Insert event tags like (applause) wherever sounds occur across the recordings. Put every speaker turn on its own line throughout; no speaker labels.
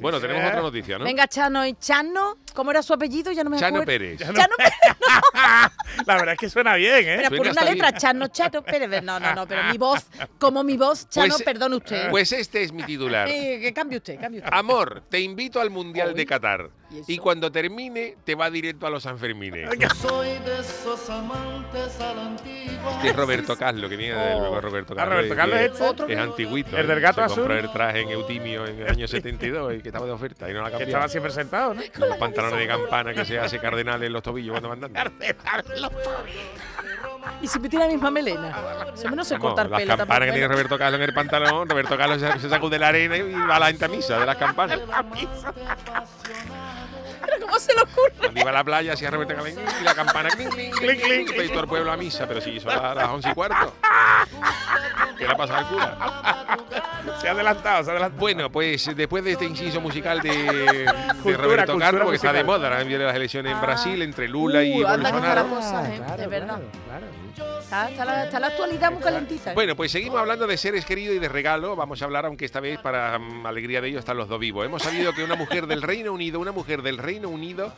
Bueno, tenemos otra noticia, ¿no?
Venga, Chano y Chano, ¿cómo era su apellido? Ya no me
Chano
acuerdo.
Pérez.
Chano, Pérez,
La verdad es que suena bien, ¿eh?
pero por
Venga,
una
está
letra,
bien.
Chano, Chano Pérez. No, no, no, pero mi voz, como mi voz, Chano,
Pues,
perdón usted.
Pues este es mi titular.
Eh, que cambie usted, cambie usted.
Amor, te invito al Mundial de Qatar.
¿y eso?
Y cuando termine, te va directo a los Sanfermines.
Soy de esos amantes a la antigua.
Este es Roberto Carlos, que viene del
Oh.
Roberto
Ah,
Carlos.
Roberto
que
Carlos
es,
es otro.
es antiguito.
¿El del
¿eh?
gato
Se
azul?
compró el traje en Eutimio en el año 72 y que estaba de oferta y no la
Que
cambió.
estaba siempre sentado, ¿no?
Con los pantalones de campana que se hace cardenal en los tobillos cuando van andando.
(laughs)
Y si me tira la misma
Ah,
melena. Se me no se
Vamos,
corta el
las
pelo
campanas que
tampoco.
tiene
¿eh?
Roberto Carlos en el pantalón, Roberto Carlos se, se sacude la arena y va a la entamisa de las campanas.
Pero ¿cómo se le ocurre?
Cuando iba a la playa hacía Roberto Carlos y la campana clink, clink, clink, clink, y pedí todo el pueblo a misa, pero sí, son las, las once y cuarto. ¿Qué le ha pasado al cura?
Se ha adelantado, se ha adelantado.
Bueno, pues después de este inciso musical de, de
Cultura,
Roberto
cultura
Carlos, porque está de
musical.
moda, ahora vienen las elecciones en
Ah.
Brasil entre Lula y
Uh, anda con
Bolsonaro.
Caracol. cosas, ¿eh? De verdad.
Claro, claro.
Está, está la, está la actualidad muy calentita. ¿eh?
Bueno, pues seguimos hablando de seres queridos y de regalo. Vamos a hablar, aunque esta vez para mm, alegría de ellos están los dos vivos. Hemos sabido que una mujer del Reino Unido, una mujer del Reino Unido,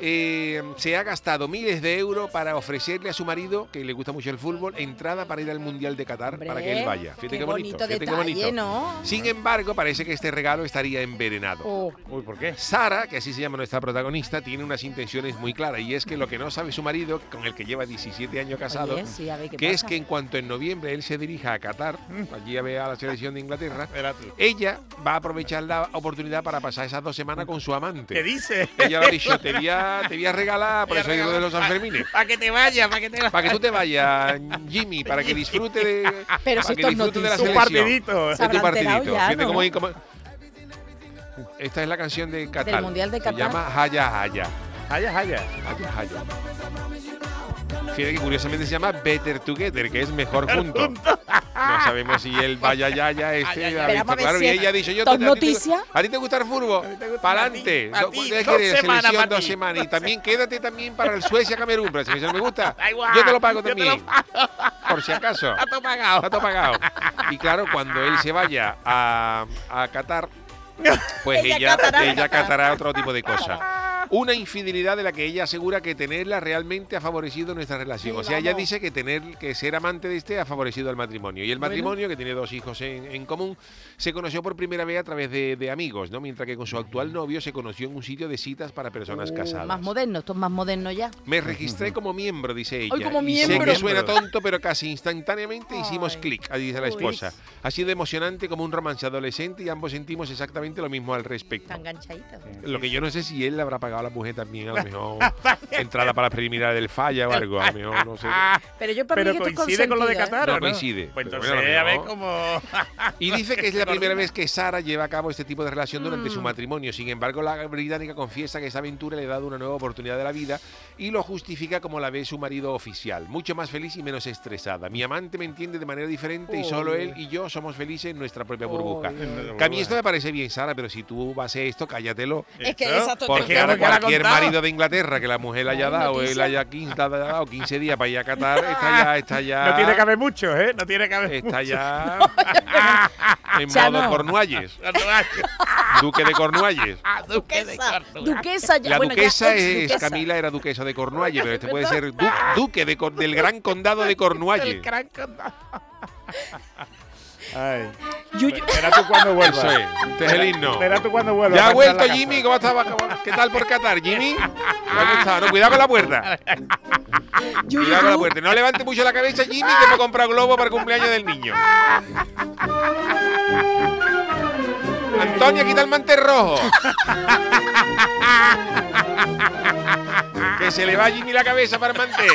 eh, se ha gastado miles de euros para ofrecerle a su marido, que le gusta mucho el fútbol, entrada para ir al Mundial de Qatar
Hombre,
para que él vaya. Fíjate qué, bonito, fíjate qué
detalle,
bonito.
¿no?
Sin embargo, parece que este regalo estaría envenenado.
Oh,
Uy, ¿por qué?
Sara, que así se llama nuestra protagonista, tiene unas intenciones muy claras y es que lo que no sabe su marido, con el que lleva 17 años casado,
oye, sí, a ver qué
que es
pasa.
que en cuanto en noviembre él se dirija a Qatar, allí a ver a la selección de Inglaterra,
Era tú.
ella va a aprovechar la oportunidad para pasar esas dos semanas con su
¿Qué
amante.
dice?
Ella le ha dicho, te voy a, te voy a regalar, por eso digo de los Sanfermines.
Para que te vaya, para que te vaya.
Para que tú te vayas, Jimmy, para que disfrute de,
Pero
para
si
que
esto es
disfrute de la
Un
noticia.
selección.
partidito.
De tu
Habrán enterado
partidito.
ya,
Fíjate
¿no?
cómo hay- cómo- Esta es la canción de Qatar.
Mundial de
Se
Qatar.
llama Haya Haya.
Jaya, jaya.
Vaya, vaya. Fíjate que curiosamente se llama Better Together, que es mejor junto. No sabemos si él vaya ya ya este ha
Pero
visto
vamos a ver
claro
si
y
es
ella ha dicho yo te- a
top
ti te-
noticia.
A ti te gusta el furbo, para adelante.
a ti,
¿Qué
dos
quieres?
semanas
Selección
pa'
dos
ti.
semanas y también quédate también para el Suecia Camerún, pero la selección me gusta.
Da igual,
Yo te lo pago
yo te
también.
lo
Por si acaso.
Está todo pagado.
Está todo pagado. Y claro, cuando él se vaya a, a Qatar, pues
Ella
ella,
catará.
ella catará otro tipo de cosas. Una infidelidad de la que ella asegura que tenerla realmente ha favorecido nuestra relación.
Sí,
o sea, ella
vamos.
dice que tener que ser amante de este ha favorecido al matrimonio. Y el
Bueno.
matrimonio, que tiene dos hijos en, en común, se conoció por primera vez a través de, de amigos, ¿no? Mientras que con su actual novio se conoció en un sitio de citas para personas
Uh,
casadas.
Más moderno, esto es más moderno ya.
Me registré como miembro, dice ella.
Ay, como
y sé
miembro.
que suena tonto, pero casi instantáneamente hicimos
Ay.
clic, dice la
Uy.
esposa. Ha sido emocionante como un romance adolescente y ambos sentimos exactamente lo mismo al respecto.
Está enganchadita.
Lo que yo no sé si él le habrá pagado a la mujer también, a lo
(laughs)
mejor entrada para las preliminares del falla o algo, a lo mejor no sé.
Pero yo para
Ah, Pero
mí que esto es
coincide con lo de
consentido, ¿eh?
Qatar,
No
¿o ¿no?
coincide.
Pues
Pero
entonces,
bueno,
a ver
no.
cómo.
Y dice que es la primera vez que Sara lleva a cabo este tipo de relación durante
Mm.
su matrimonio. Sin embargo, la británica confiesa que esta aventura le ha dado una nueva oportunidad de la vida y lo justifica como la ve su marido oficial, mucho más feliz y menos estresada. Mi amante me entiende de manera diferente y solo él y yo somos felices en nuestra propia burbuja. Que a mí esto me parece bien, Sara, pero si tú vas a hacer esto, cállatelo.
Es que
Eso,
exacto,
porque
Porque
claro,
ahora
ahora que la ha
cualquier
contado.
marido de Inglaterra que la mujer le haya
Buena
dado, él
noticia.
haya quinta- dado 15 días para ir a Qatar, está ya, está ya.
No tiene que haber muchos, ¿eh? No tiene que haber
Está
(laughs) muchos.
(laughs)
ya en
Ya
modo
no.
Cornualles, duque de Cornualles.
Ah, Duque de
Duquesa,
Córdoba.
¿eh? duquesa (laughs) ya-
La
bueno, ya
duquesa
ex
es
duquesa.
Camila, era duquesa de Cornualles, pero este puede
(laughs)
ser du- duque de Cor- del gran condado de Cornualles.
El gran condado. Ay.
Yuyu-
Verás tú cuando vuelvas.
Eso es, este es el himno.
Verás tú cuando vuelvas.
Ya ha
Vas a entrar
vuelto
a la
Jimmy,
casa.
¿cómo estaba? ¿Cómo- ¿Qué tal por Qatar, Jimmy? ¿Te ha gustado? No, cuidado con la
(laughs)
puerta.
Yuyu
Cuidado con la
Yu.
puerta. No levante mucho la cabeza, Jimmy, que hemos comprado globo para el cumpleaños del niño. Antonio, quita el mantel rojo. Que se le va a Jimmy la cabeza para el mantel.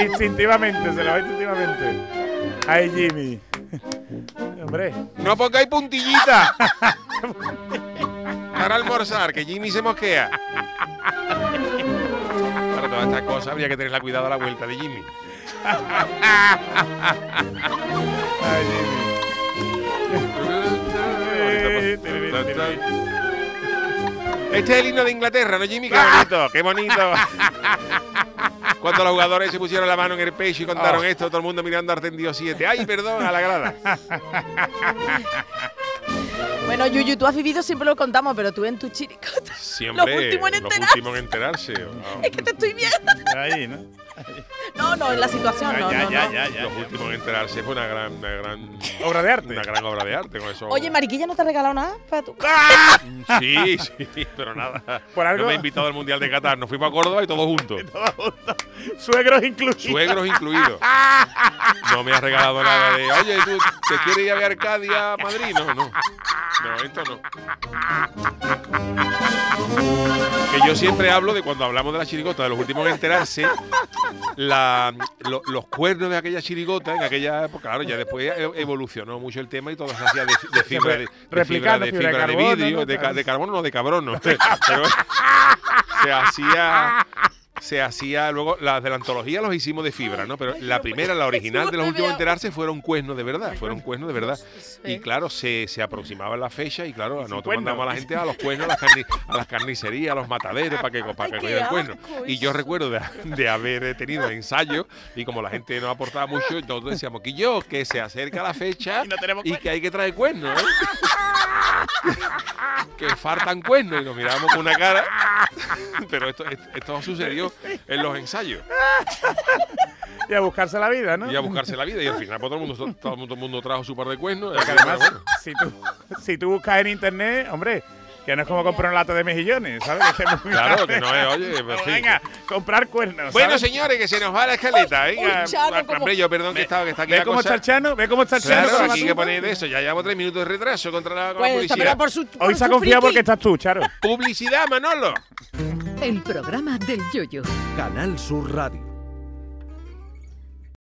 Instintivamente, se lo va instintivamente. Ay, Jimmy. (laughs) Hombre.
No pongáis puntillita. Para almorzar, que Jimmy se mosquea. Para todas estas cosas habría que tenerla cuidado a la vuelta de Jimmy.
Ay, Jimmy.
Este es el himno de Inglaterra, ¿no, Jimmy? Qué (laughs) bonito, qué bonito. Cuando los jugadores se pusieron la mano en el pecho y contaron
Oh.
esto, todo el mundo mirando a Artendio 7. ¡Ay, perdón! A la grada.
Bueno, Yuyu, tú has vivido, siempre lo contamos, pero tú en tu
(laughs)
chiricota. (laughs)
Siempre
Lo último en
lo
enterarse.
último en enterarse.
Es que te estoy viendo.
(laughs) Ahí, ¿no?
No, no, en la situación, no,
ya,
no,
ya,
no.
ya, ya,
Los últimos en enterarse fue una gran, una gran,
Obra de arte.
una gran obra de arte con eso.
Oye, Mariquilla, ¿no te ha regalado nada para tu
Sí, sí, pero nada.
Por algo-
No me ha invitado al Mundial de Qatar. Nos fuimos a Córdoba y todos (laughs) juntos.
Suegros incluidos.
Suegros incluidos. No me has regalado nada de. Oye, ¿tú te quieres ir a ver Arcadia a Madrid? No, no. No, esto no. Que yo siempre hablo de cuando hablamos de la chirigota, de los últimos en enterarse, la- lo- los cuernos de aquella chirigota en aquella época. Claro, ya después e- evolucionó mucho el tema y todo se hacía de, fi-
(laughs)
de fibra de, de fibra
Replicando
de,
fibra
fibra
de
de
carbono,
vidrio,
¿no?
de, ca- de carbono, no, de cabrón, no.
(laughs)
Pero se hacía se hacía luego las de la antología los hicimos de fibra, ¿no? Pero la primera, la original de los últimos a enterarse fueron cuernos de verdad, fueron cuernos de verdad. Y claro, se, se aproximaba la fecha y claro, nosotros
cuernos.
mandamos a la gente a los cuernos, a las, carni- a las carnicerías, a los mataderos para que, para que
Ay, qué
cogieran cuernos.
asco
Y yo
eso.
recuerdo de, de haber tenido ensayos y como la gente no aportaba mucho, entonces decíamos que yo, que se acerca la fecha
Y no tenemos
y que hay que traer cuernos, ¿eh? (laughs) que faltan cuernos y nos mirábamos con una cara. (laughs) Pero esto, esto, esto sucedió en los ensayos
Y a buscarse la vida, ¿no?
y a buscarse la vida. Y al final, pues, todo, el mundo, todo, el mundo trajo su par de cuernos.
Porque además, si tú, si tú buscas en internet, hombre, que no es como comprar un lato de mejillones, ¿sabes? Que es muy
Claro,
grande.
que no es, oye, en fin.
venga, comprar cuernos.
Bueno,
¿sabes?
señores, que se nos va la escaleta. Venga,
Uy, Chano,
hombre,
como-
yo perdón que estaba, que está aquí
¿Ve
la
cómo está
cosa.
el chano? ¿Ve cómo está el chano?
Claro,
con
aquí hay que
asunto?
poner eso. Ya llevamos tres minutos de retraso contra la, con la
Pues esta
publicidad.
pena por su. por
Hoy se ha
su
confiado
friki.
porque estás tú, Charo.
Publicidad, Manolo.
El programa del Yoyo.
Canal Sur Radio.